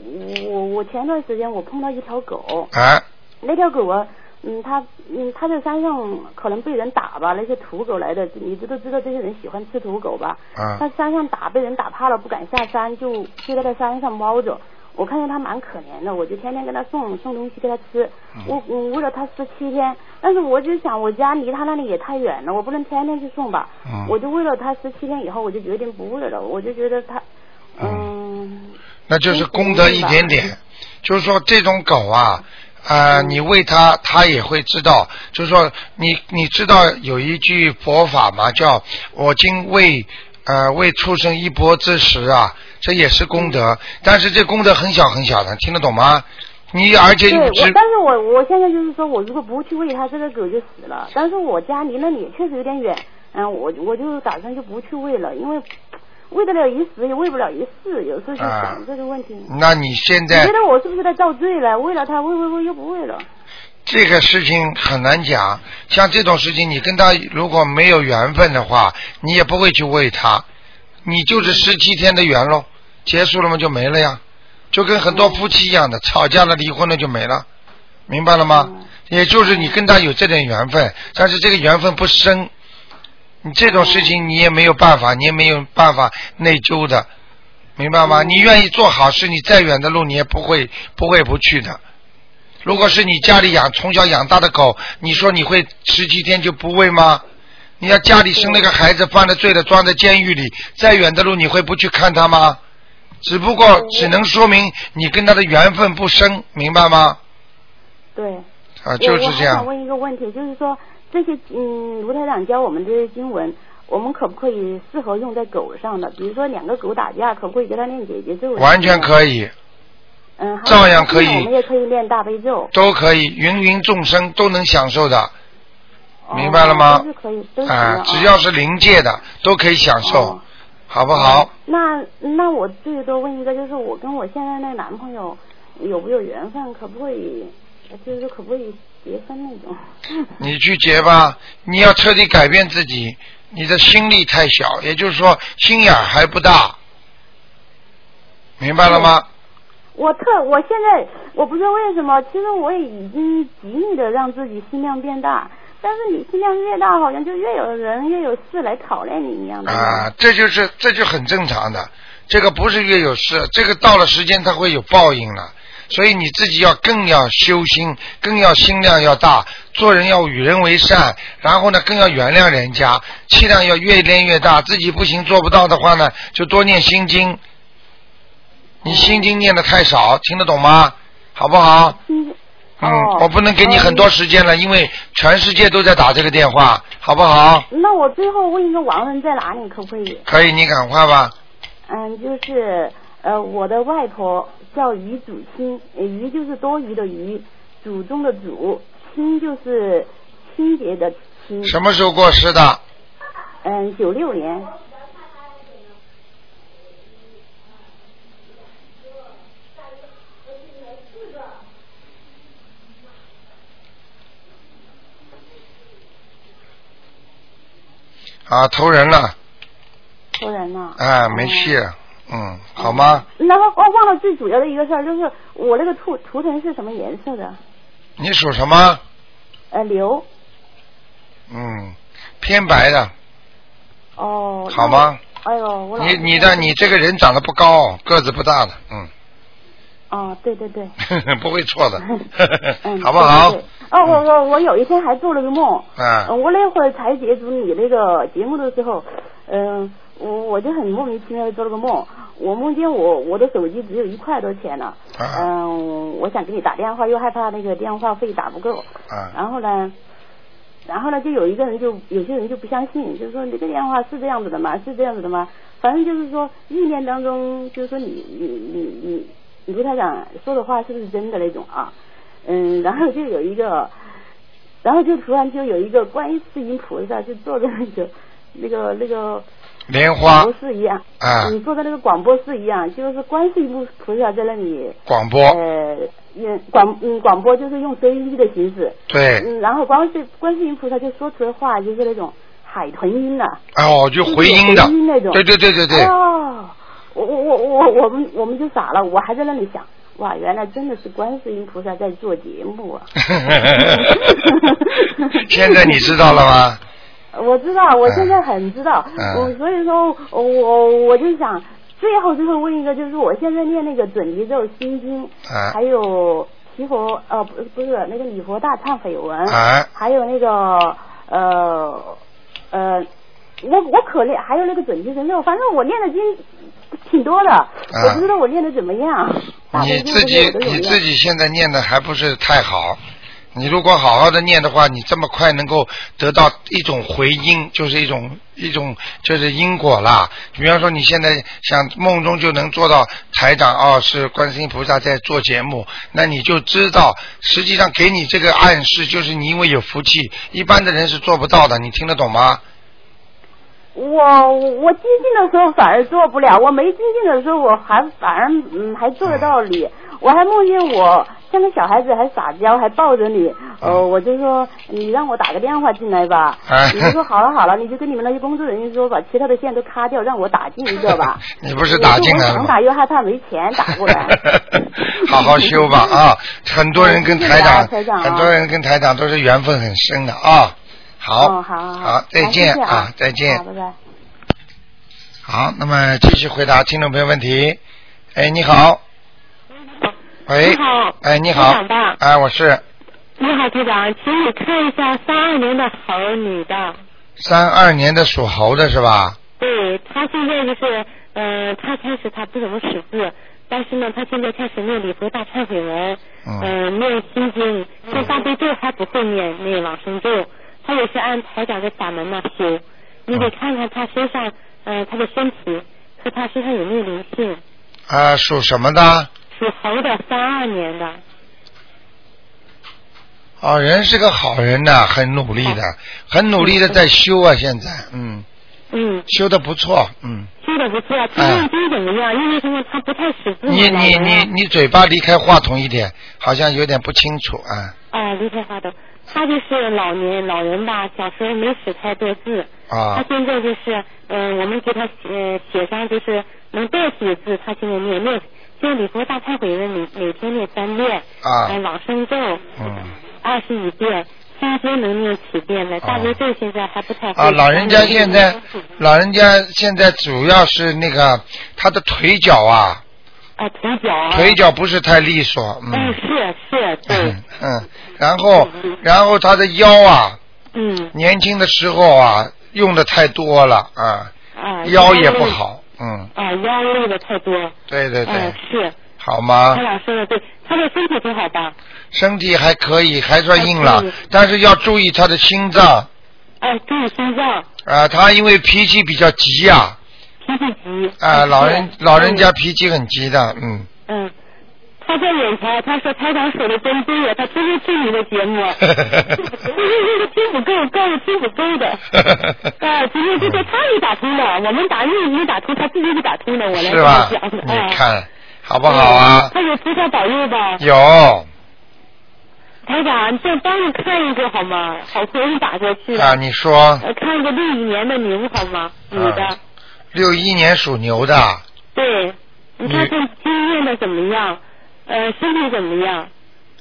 我我前段时间我碰到一条狗，
啊，
那条狗啊，嗯，它嗯它在山上可能被人打吧，那些土狗来的，你知都知道这些人喜欢吃土狗吧？
啊
它山上打被人打怕了，不敢下山，就就在那山上猫着。我看见它蛮可怜的，我就天天给它送送东西给它吃。
嗯
我我喂了它十七天，但是我就想我家离它那里也太远了，我不能天天去送吧。
嗯
我就喂了它十七天以后，我就决定不喂了，我就觉得它嗯
那就是功德一点点。就是说这种狗啊，啊，你喂它，它也会知道。就是说你你知道有一句佛法嘛，叫我今为呃为畜生一钵之食啊，这也是功德，
嗯
但是这功德很小很小的，听得懂吗？你而且
对
你
我
只，
但是我我现在就是说我如果不去喂它，这个狗就死了。但是我家离那里也确实有点远，嗯，我我就打算就不去喂了，因为喂得了一时也喂不了一世，有时候就
啊
想这个问题。
那你现
你
在
觉得我是不是在遭罪了？喂了它，喂喂喂又不喂了。
这个事情很难讲，像这种事情，你跟他如果没有缘分的话，你也不会去喂他，你就是十七天的缘喽，结束了嘛就没了呀，就跟很多夫妻一样的，吵架了离婚了就没了，明白了吗？也就是你跟他有这点缘分，但是这个缘分不深，你这种事情你也没有办法，你也没有办法内疚的，明白吗？你愿意做好事，你再远的路你也不会不会不去的。如果是你家里养从小养大的狗，你说你会十七天就不喂吗？你要家里生了个孩子犯了罪了，装在监狱里，再远的路你会不去看他吗？只不过只能说明你跟他的缘分不深，明白吗？
对，
啊，就是
我我
这
还想
样。
问一个问题，就是说这些嗯，卢台长教我们这些经文，我们可不可以适合用在狗上的？比如说两个狗打架，可不可以给它念姐姐咒？
完全可。以，
嗯，还有
照样可以
我们也可以念大悲咒。
都可以，芸芸众生都能享受的，明白了吗
哦？哦都是可以，都行
啊
的，
只要是灵界的都可以享受，好不好？
那那我最多问一个，就是我跟我现在那男朋友有没有缘分，可不可以，就是可不可以结婚那种？
你去结吧，你要彻底改变自己，你的心力太小，也就是说心眼儿还不大，明白了吗？
我特我现在我不知道为什么，其实我也已经极力的让自己心量变大，但是你心量越大，好像就越有人越有事来讨厌你一样的。
啊，这就是这就很正常的，这个不是越有事，这个到了时间它会有报应了。所以你自己要更要修心，更要心量要大，做人要与人为善，然后呢更要原谅人家，气量要越练越大。自己不行做不到的话呢，就多念心经。你心经念的太少，听得懂吗？好不好？
嗯，
嗯，我不能给你很多时间了，因为全世界都在打这个电话，好不好？
那我最后问一个亡人在哪里，可不可以？
可以，你赶快吧。
嗯，就是呃，我的外婆叫余祖清，呃余就是多余的余，祖宗的祖，清就是清洁的清。
什么时候过世的？
嗯，九六年。
啊，投人了，
托人了。
啊，没戏了，嗯，好吗？
然后哦，忘了最主要的一个事儿，就是我那个图图腾是什么颜色的？
你属什么？
呃，牛。
嗯，偏白的，
哦。
好吗？
那我？哎呦，我老
你你的你这个人长得不高，个子不大的，嗯，
哦，对对对，
不会错的，
嗯，
好不好嗯
对？对对哦，我我我有一天还做了个梦，
啊
呃，我那会儿才截图你那个节目的时候，嗯、我我就很莫名其妙的做了个梦，我梦见我我的手机只有一块多钱了，
啊
嗯、我想给你打电话，又害怕那个电话费打不够，
啊
然后呢，嗯、然后呢，就有一个人就有些人就不相信，就是说你这个电话是这样子的吗？是这样子的吗？反正就是说意念当中，就是说你你你你卢台长说的话是不是真的那种啊？嗯，然后就有一个，然后就突然就有一个观世音菩萨就坐在那个那个那个
莲花
广播室一样，
啊
你坐在那个广播室一样，就是观世音菩萨在那里
广播
呃，嗯广嗯广播就是用声音的形式，
对
嗯，然后观世观世音菩萨就说出的话就是那种海豚音呐、
哦，就
就是
回音的
回音那种，，
对对对对对，
哦，我我我我我们我们就傻了，我还在那里想，哇，原来真的是观世音菩萨在做节 目啊！
现在你知道了吗？
我知道，我现
哎
在很知道，
嗯
我所以说我我我就想最后最后问一个，就是我现在念那个准提咒、心经，
啊
还有提佛呃不是不是那个礼佛大忏悔文，
啊
还有那个呃呃。我我可练，还有那个准提神咒，反正我练的经挺多的，我不知道我练的怎么样。打
哎你
飞机
自己
我都有
你
练
自己现在念的还不是太好，你如果好好的念的话，你这么快能够得到一种回音，就是一种一种就是因果啦。比方说你现在想梦中就能做到台长哦，是观世音菩萨在做节目，那你就知道，实际上给你这个暗示，就是你因为有福气，一般的人是做不到的。你听得懂吗？
我我精进的时候反而做不了，我没精进的时候我还反而嗯还做得到你，我还梦见我像个小孩子还撒娇还抱着你，呃我就说你让我打个电话进来吧，
嗯哎
你就说好了好了，你就跟你们那些工作人员说把其他的线都卡掉，让我打进一个吧。
你不是打进来了
我说我想
吗？
打又害怕没钱打过来。
好好修吧 啊！很多人跟台长，
嗯谢谢啊台长啊
很多人跟台长都是缘分很深的啊。好，
哦
嗯好好好
再见
好谢谢啊
再见
好，。拜拜。
好，那么继续回答听众朋友问题。哎，你好。喂。
嗯你好
哎，你好
台长吧。
哎，我是
你好，台长，请你看一下三二年的猴女的，
三二年的属猴的是吧？
对她现在就是，呃，她开始她不怎么识字，但是呢，她现在开始念礼佛大忏悔文，
嗯
呃，念心经，像大悲咒还不会念，念往生咒，她也是按台长的法门那修，你
哦
得看看她身上，呃，她的身体和她身上有没有灵性，
啊，属什么的？
属猴的三二年的，
哦，人是个好人呐、很努力的，很努力的在修啊，现在，嗯，
嗯，
修的不错，嗯。
修的不错，她念经怎么样？因为什么？她不太识字
哎
嘛，
你
老
你
人啊
你你嘴巴离开话筒一点，好像有点不清楚啊。
啊，离开花的，他就是老年老人吧，小时候没识太多字，
啊
他现在就是，嗯、我们给他呃写上就是能带几个字，他现在念念，就是礼佛大忏悔文每每天念三遍，呃
啊，
往生咒
嗯
二十一遍，心经能念七遍了，
啊
大悲咒现在还不太会
啊，老人家现在老人家现在主要是那个他的腿脚啊，
啊腿脚啊
腿脚不是太利索，
嗯
嗯
是是对
嗯嗯，然后然后他的腰啊，
嗯
年轻的时候啊用的太多了啊，
啊
腰也不
累
好，嗯，
啊腰累的太多，
对对啊
嗯
对，
是，
好吗
他？俩说的对，他的身体挺好吧？
身体还可以，还算硬朗
还可以，
但是要注意他的心脏。
哎，注意心脏，
啊，他因为脾气比较急呀、
脾气嗯急。
啊，老人老人家。脾气很急的，嗯，
嗯，他在眼前，他说台长说的真对呀，他天天听你的节目，听不够，够听不够的。 啊，今天这个他也打通了，我们打又没打通，他自己给打通了，我来
是吧？
跟他讲的。
你
哎，
看好不好啊
嗯？他有菩萨保佑吧？
有
台长，你再帮你看一个好吗？好不容易打过去了。
啊，你说
呃看一个六一年的牛好吗？女的。
啊六一年属牛的，
对，你看
你
看经验的怎么样，呃，身体怎么样，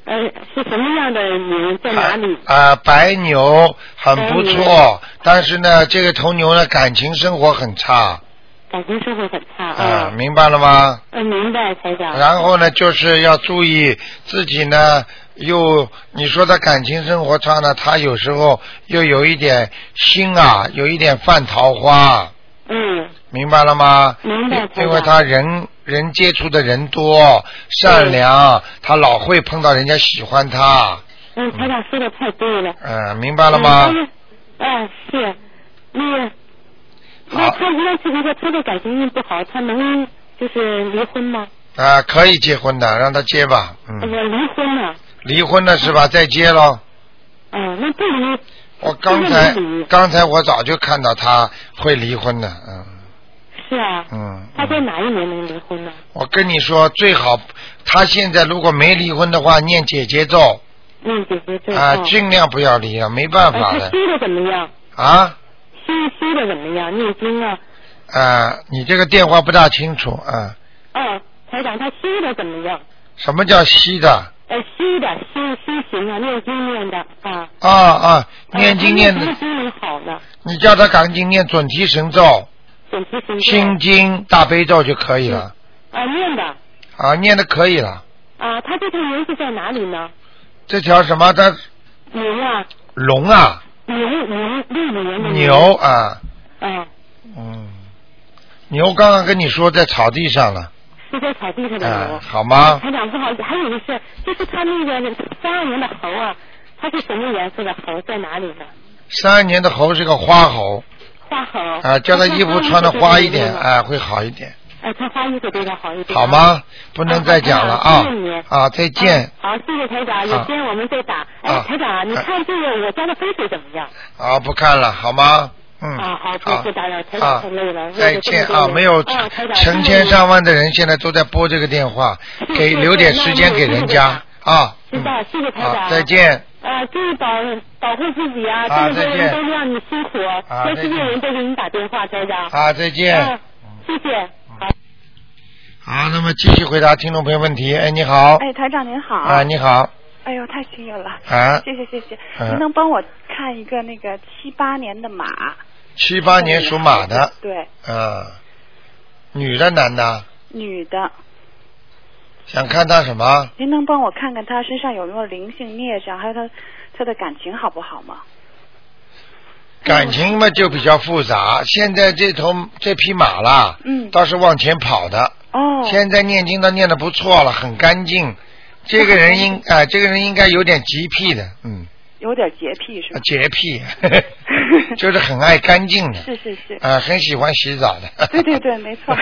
呃，是什么样的牛，在哪里？
啊，白牛很不
白
错，但是呢，这个头牛呢感情生活很差
感情生活很差
啊，
啊。
明白了吗？
嗯，明白，台长。
然后呢，就是要注意自己呢，又你说他感情生活差呢，他有时候又有一点心啊，有一点犯桃花，
嗯，
明白了吗？
明白，台长。
因为他人人接触的人多，善良，他老会碰到人家喜欢他，
嗯，台长说的太对了。
嗯，明白了吗？
嗯但是哎，是，那个，那他一样情况下，他的感情运不好，他能就是离婚吗？
啊，可以结婚的，让他结吧。
我
嗯，
离婚了，
离婚了是吧？再结喽。
嗯，那不离，
我刚才
嗯
刚才我早就看到他会离婚的，嗯
是啊，
嗯。
他在哪一年能离婚呢？
我跟你说，最好他现在如果没离婚的话，念姐姐咒
嗯，姐姐这
啊，
哦
尽量不要离啊，没办法
哎他
的
修的怎么样？
啊
修修的怎么样？念经啊？
啊！你这个电话不大清楚啊，
哦，台长，他修的怎么样？
什么叫吸的？
呃，修的修修行啊，念经念的啊。
啊啊，
呃
念经念
他
的
念，经灵 好的，
你叫他赶紧念准提神咒、
准提神咒
心经、大悲咒就可以了
啊念的
啊，念的可以了。
啊，他这条龙是在哪里呢？
这条什么？它
龙啊，
龙啊，
牛牛六个人的
牛。啊，
啊，
嗯，牛刚刚跟你说在草地上了，
是在草地上的牛。呃
嗯，好吗？
台长不好意思，还有一事，就是他那个三二年的猴啊，它是什么颜色的猴？在哪里呢？
三二年的猴是个花猴
花猴。
啊，叫他衣服穿的花一点，啊，会好一点，
哎，穿花衣服对他好一点。
好吗？？不能再讲了啊
好谢谢你
啊！再见
哎。好，谢谢台长，有
啊
时间我们再打。哎
啊，
台长，你看这个我家的风水怎么样？
啊，不看了，好吗？嗯，
啊，好，不
啊
不打扰，台
啊
长太累了。
再见啊！没有成千
千
上万的人现在都在拨这个电话，
是
给
是
留
是
点
那
时
我
间
有
给
空
人
的
家啊。
知道，谢谢台
好，
长。
再。见。
呃，注意保保护自己啊！
啊
这么多
再见
人都让你辛苦，
啊
全世
再
界
见
人都给你打电话，台长。
啊，再见。
嗯，谢谢。
好，那么继续回答听众朋友问题。哎，你好。
哎，台长您好。
啊，你好。
哎呦，太幸运了。
啊
谢谢谢谢，
嗯
您能帮我看一个那个七八年的马？
七八年属马的，
对，
啊，女的男的，
女的，
想看他什么？
您能帮我看看她身上有没有灵性孽障，还有她她的感情好不好吗？
感情嘛就比较复杂。现在这头这匹马啦，
嗯，
倒是往前跑的。
哦，
现在念经倒念的不错了，很干净。这个人 应啊、这个人应该有点洁癖的，嗯，
有点洁癖是吧？
洁 癖，就是很爱干净的，
是是是，
啊、很喜欢洗澡的。
对对对，没 错，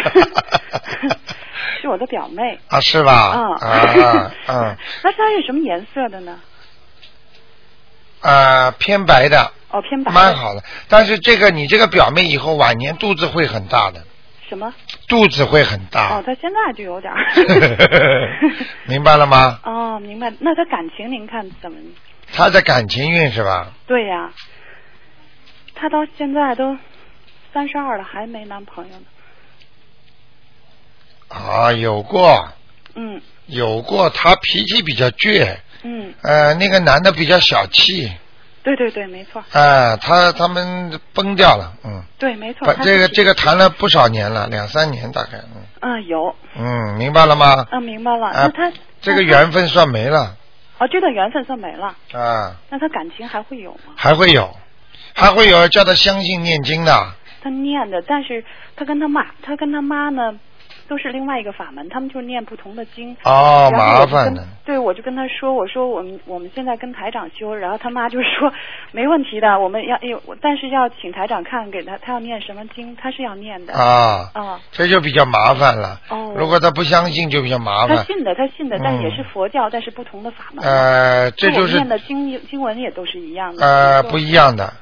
是我的表妹。
啊，是吧？
嗯
啊啊啊
那她是什么颜色的呢？
啊，偏白的，
哦，偏白。
蛮。好的。但是这个你这个表妹以后晚年肚子会很大的，
什么？
肚子会很大
哦，，她现在就有点儿。
明白了吗？
哦，明白。那她感情您看怎么？
她的感情运是吧？
对呀、她到现在都三十二了，还没男朋友呢。
啊，有过，
嗯
有过，她脾气比较倔，
嗯，
呃，那个男的比较小气，
对对对，没错，
啊、他他们崩掉了，嗯，
对没错
把。
她
这个
哦就是
这个谈了不少年了，两三年大概，嗯
嗯有
嗯，明白了吗？
嗯明白了。
啊
那她
这个缘分算没了
哦，这段缘分算没了。
啊，
那她感情还会有吗？
还会有，还会有叫他相信念经的，
她念的，但是她跟她妈，她跟她妈呢，都是另外一个法门，他们就念不同的经。
哦，
然后
麻
我就
烦
跟
了。
对，我就跟他说，我说我们我们现在跟台长修，然后他妈就说没问题的，我们要有，但是要请台长看给他，他要念什么经，他是要念的。
啊，
啊
这就比较麻烦了。
哦
如果他嗯不相信，就比较麻
他
烦。
信的，他信的，但也是
嗯
佛教，但是不同的法门。
呃，这
跟我
就
们
是
念的经经文也都是一样的。
呃
所以说
不一。样的，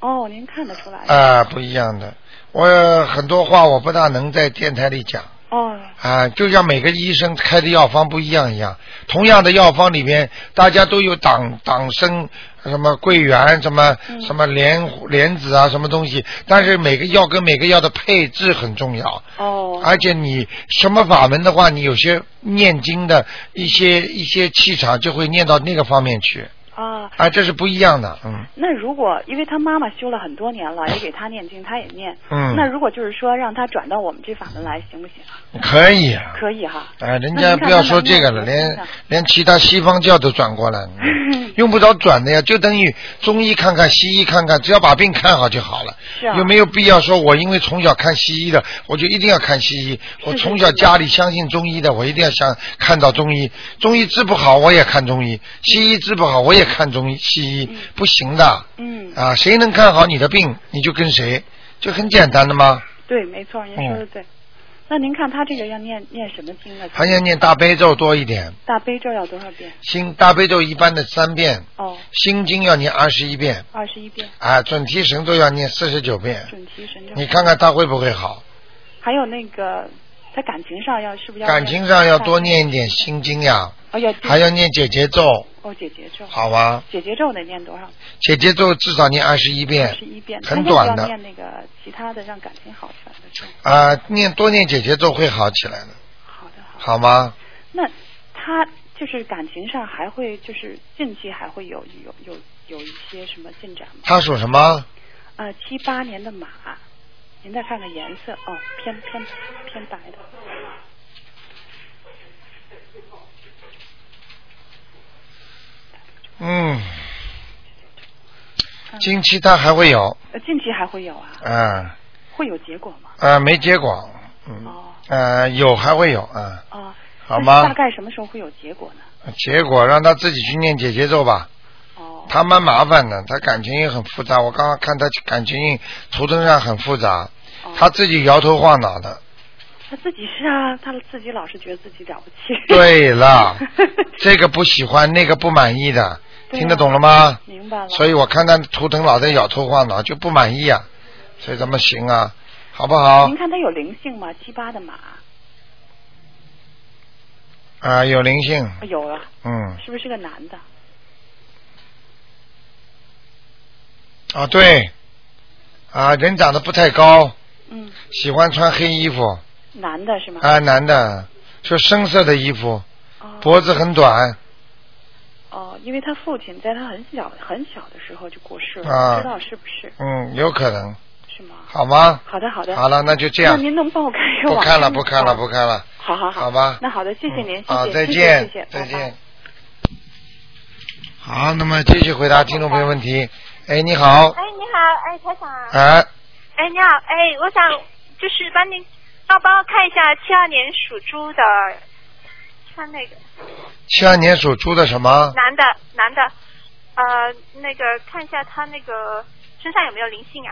哦，您看得出来。
啊，不一样的。我很多话我不大能在电台里讲
哦，
啊，就像每个医生开的药方不一样一样，同样的药方里面，大家都有党党参、什么桂圆、什么什么莲莲子啊，什么东西，但是每个药跟每个药的配置很重要。
哦，
而且你什么法门的话，你有些念经的一些一些气场就会念到那个方面去，
啊，
啊，这是不一样的，嗯
那如果因为他妈妈修了很多年了，也给他念经，他也念。
嗯，
那如果就是说让他转到我们这法门来，行不行？
可以啊，
可以哈。
哎，人
那
家
您看
不要
他
说
能不
这个
能
了，
接
连
受
连其他西方教都转过来 了，嗯用不着转的呀，就等于中医看看，西医看看，只要把病看好就好了。
是啊
有没有必要说，我因为从小看西医的，我就一定要看西医？我
是
从
是
小家里相信中医的，我一定要想看到中医。中医治不好，我也看中医；西医治不好，我也看中医西医，不行的
嗯，
啊！谁能看好你的病，你就跟谁，就很简单的嘛。
对，没错，您说的对。
哦
那您看他这个要念念什么经呢？
还要念大悲咒多一点，
大悲咒要多少遍？
心大悲咒一般的三遍，
哦，
心经要念二十一遍，
二十一遍。
啊，准提神咒要念四十九遍。
准提神咒。
你看看他会不会好？
还有那个，在感情上要是不是要
感情上要多念一点心经呀，
哦，要
还要念姐姐咒，
哦姐姐咒，
好吧？
姐姐咒得念多少？
姐姐咒至少念二十一
二
遍
十一遍，，
很短的
那要不要念那个其他的让感情好起来的咒。
啊，念多念姐姐咒会好起来的。好吗？
那他就是感情上还会就是近期还会有有有有一些什么进展吗？
他属什么？
呃，七八年的马，您再看看颜色哦，偏偏偏白的。
嗯，近期他还会有，
呃，近期还会有啊，
嗯，
会有结果吗？
呃，没结果，嗯，呃，有还会有，嗯，
哦，
好
那
吗
大？概什么时候会有结果呢？
结果让他自己去念姐姐咒吧。哦。他蛮麻烦的，他感情也很复杂。我刚刚看他感情图腾上很复杂，
哦
他自己摇头晃脑 的。
他自己是啊，他自己老是觉得自己了不起。
对了，这个不喜欢，那个不满意的，
对啊
听得懂了吗？
明白了。
所以我看他图腾老在摇头晃脑，就不满意啊，所以怎么行啊？好不好？
您看他有灵性吗？七八的马、
啊、有灵性，
哦有了，
嗯，
是不是是个男的？
啊对，啊人长得不太高，
嗯，
喜欢穿黑衣服，
男的是吗？
啊男的，就深色的衣服，脖子很短，
哦，因为他父亲在他很小很小的时候就过世了，
啊
不知道是不是？
嗯，有可能，
是吗？
好吗？
好的，好的。
好了那就这样
那您能帮我看一个
不
网
看了，
站
不看了，不看了，
哦好好好。
好吧
那好的，谢谢您，谢谢，
啊，再
谢谢
见
谢谢，，
再
拜拜
见。好，那么继续回答听众朋友问题。哎，你好，
哎，你好，哎，台长。
哎，
哎，你好，哎，我想就是帮您，帮帮我看一下七二年属猪的，看那个
七二年属猪的什么？
男的，男的，呃，那个看一下他那个身上有没有灵性啊？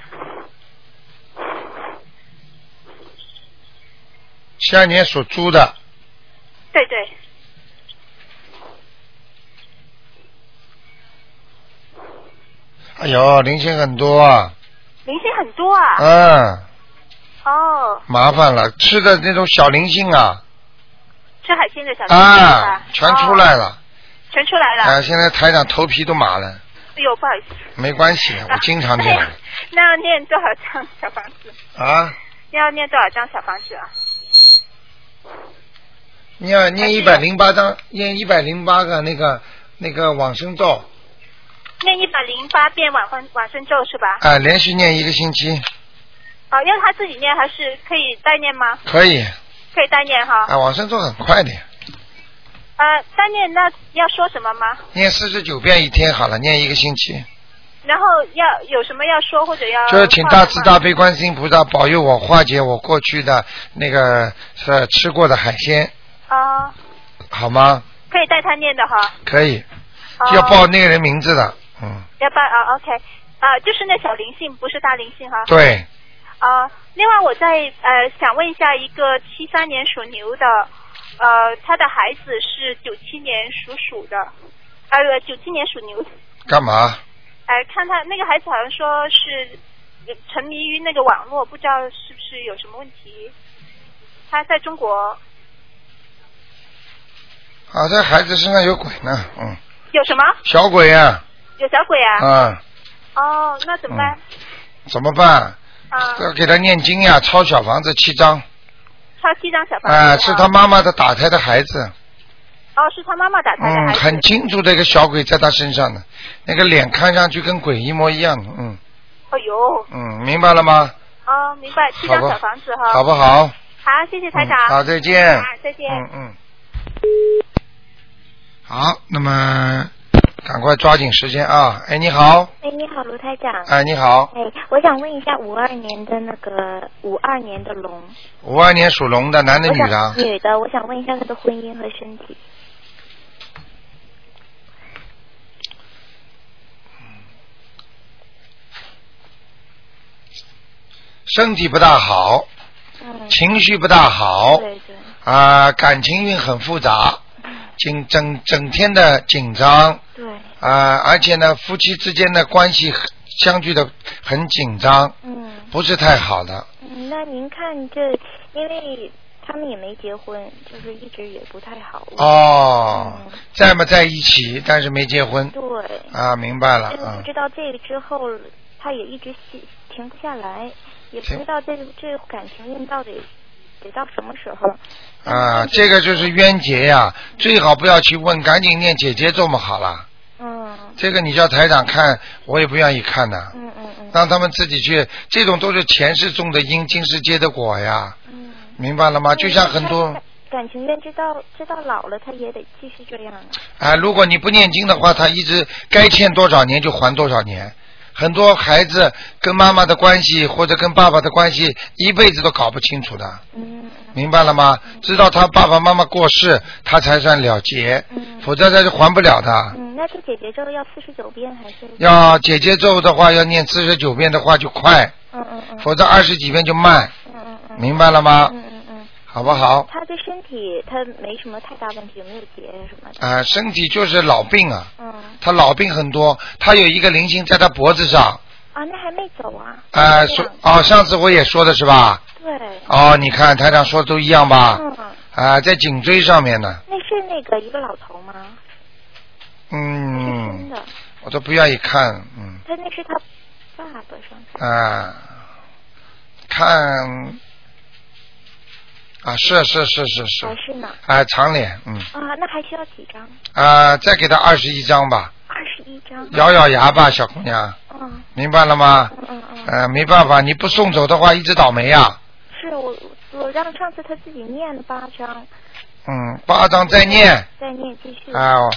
七二年属猪的，
对对，
哎呦，灵性很多啊，
灵性很多啊。
嗯，
哦，
麻烦了，吃的那种小灵性啊，
吃海鲜的小灵性是吧哦
啊，全出来了，
全出来了。
啊，现在台长头皮都麻了，
哎呦，不好意思。
没关系，我经常这样
那要念多少张小房子？
啊，
要念多少张小房子啊？
念念一百零八张，念一百零八个那个那个往生咒，
念一百零八遍往生往生咒是吧？
啊，连续念一个星期，
哦，要他自己念还是可以代念吗？
可以，
可以代念哈。
啊，往生咒很快的呀，
呃，代念那要说什么吗？
念四十九遍一天好了，念一个星期，
然后要有什么要说或者要
就是请大慈大悲观世音菩萨保佑我化解我过去的那个呃吃过的海鲜，
啊、
好吗？
可以带他念的哈。
可以，
哦
要报那个人名字的，嗯，
要报啊、o k 啊、就是那小灵性，不是大灵性哈。。
对，
啊、另外我再呃想问一下，一个七三年属牛的，呃，他的孩子是九七年属鼠的，呃，九七年属牛的。
干嘛？
哎，看他那个孩子好像说是呃沉迷于那个网络，不知道是不是有什么问题。他在中国
啊，这孩子身上有鬼呢，嗯，
有什么？
小鬼啊，
有小鬼啊？
啊，
哦，那怎么办？
怎么办？
啊、
嗯要给他念经呀，抄小房子七章，
抄七张小房子。
啊，是他妈妈的打胎的孩子，
哦，是他妈妈打胎的
嗯，
孩子。
很清楚这个小鬼在他身上呢，那个脸看上去跟鬼一模一样的，嗯
哎呦，
嗯，明白了吗？
哦，明白，七
好
张
吧
小房子哈。
好不好？
好，谢谢台长。
嗯好再见
啊，再见。
嗯嗯。好，那么赶快抓紧时间啊！哎，你好，
哎，你好，卢台长。
哎你好
哎，我想问一下，五二年的那个五二年的龙，
五二年属龙的，男的
我
女
想
的啊？
女的，我想问一下她的婚姻和身体。
身体不大好，
嗯
情绪不大好，啊、感情运很复杂，紧整整天的紧张，
嗯对，
啊，而且呢，夫妻之间的关系很相距的很紧张，
嗯
不是太好的。
嗯，那您看这，因为他们也没结婚，就是一直也不太好。
哦，在吗？在一起，但是没结婚。
嗯对。嗯
啊，明白了
但是不
啊。
知道这个之后，他也一直停停不下来，也不
停
知道这这感情运到底得到什么时候。
啊，这个就是冤结呀、最好不要去问，赶紧念姐姐咒嘛，好了。
嗯。
这个你叫台长看，我也不愿意看呐、
嗯嗯嗯。
让他们自己去，这种都是前世种的因，今世结的果呀。
嗯。
明白了吗？就像很多
他 感情运，知道知道老了，他也得继续这样啊。
啊，如果你不念经的话，他一直该欠多少年就还多少年。很多孩子跟妈妈的关系或者跟爸爸的关系，一辈子都搞不清楚的。
嗯。
明白了吗？直到他爸爸妈妈过世，他才算了结，否则他是还不了的。
嗯，那这解决之后要四十九遍还是？
啊要姐姐咒的话，要念四十九遍的话就快，
嗯嗯嗯。
否则二十几遍就慢。
嗯嗯
明白了吗？
嗯嗯嗯。
好不好？
他对身体他没什么太大问题，有没有结什么的？
啊、身体就是老病啊，
嗯
他老病很多，他有一个灵性在他脖子上，
啊，那还没走啊？
啊，说哦，上次我也说的是吧？
对。
哦，你看台长说的都一样吧？
嗯，
啊，在颈椎上面呢，
那是那个一个老头吗？真
嗯，
的，
我都不愿意看，嗯，
他那是他爸爸上次。
啊，看，啊，是是是是
还
是，
是呢？
啊，长脸，嗯，
啊，那还需要几张？
啊，再给他二十一张吧，
二十一张。
咬咬牙吧，小姑娘，
嗯
明白了吗？
嗯嗯。
呃，没办法，你不送走的话，一直倒霉啊呀、
是我我让上次他自己念了八张。
嗯，八张再念。
再念继续。
啊我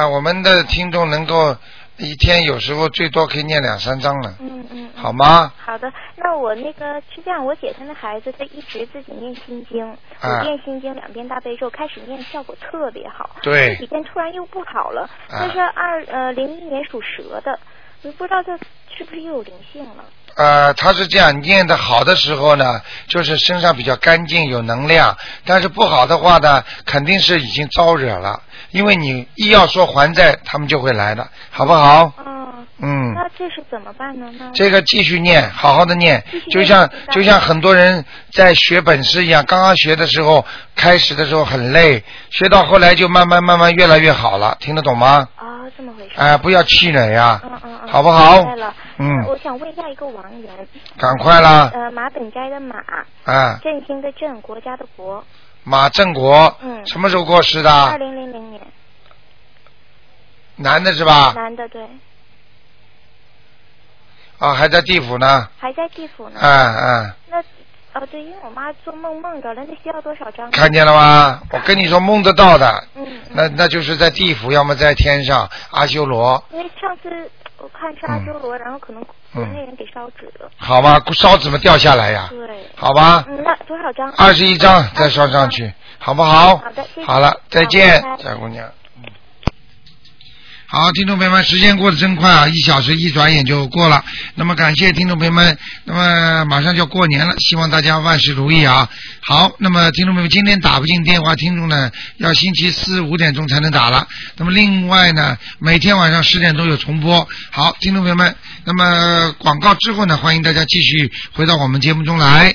啊，我们的听众能够一天有时候最多可以念两三张了，
嗯嗯。嗯
好吗？
好的，那我那个是这样，我姐她那孩子，她一直自己念心经，
啊
我念心经两遍大悲咒，开始念效果特别好，
对
这几天突然又不好了。
啊
她是二呃零一年属蛇的，我不知道这是不是又有灵性了。
呃，他是这样念的，好的时候呢，就是身上比较干净有能量，但是不好的话呢，肯定是已经招惹了，因为你一要说还债，他们就会来的，好不好？
哦，
嗯
那这是怎么办呢？那
这个继续念，好好的念
继续，念
就像
明白
就像很多人在学本事一样，刚刚学的时候，开始的时候很累，学到后来就慢慢慢慢越来越好了，听得懂吗？
哦，这么回事。
哎、不要气馁呀、
嗯嗯嗯，
好不好
明白了。
嗯
那我想问一下一个亡人。
赶快啦
呃，马本斋的马，
啊！
振兴的振，国家的国。
马正国，
嗯。
什么时候过世
二
的？
零零零年。
男的是吧？
男的，对，
啊，还在地府呢。
还在地府呢。
啊啊，
那哦，对，因为我妈做梦梦着了，那需要多少张？
看见了？吗？我跟你说，梦得到的，
嗯，
那那就是在地府，要么在天上阿修罗，
因为上次我看是阿修罗，然后可能国内人给烧纸了。
嗯好吧？烧怎么掉下来呀？
对。
好吧
嗯，那多少张？
二十一张再烧上去，好不好？
好的谢谢
好了，再
好
见
拜拜，
小姑娘。嗯好，听众朋友们，时间过得真快啊，一小时一转眼就过了。那么感谢听众朋友们，那么马上就要过年了，希望大家万事如意啊。好，那么听众朋友们，今天打不进电话，听众呢要星期四五点钟才能打了。那么另外呢，每天晚上十点钟有重播。好，听众朋友们，那么广告之后呢，欢迎大家继续回到我们节目中来。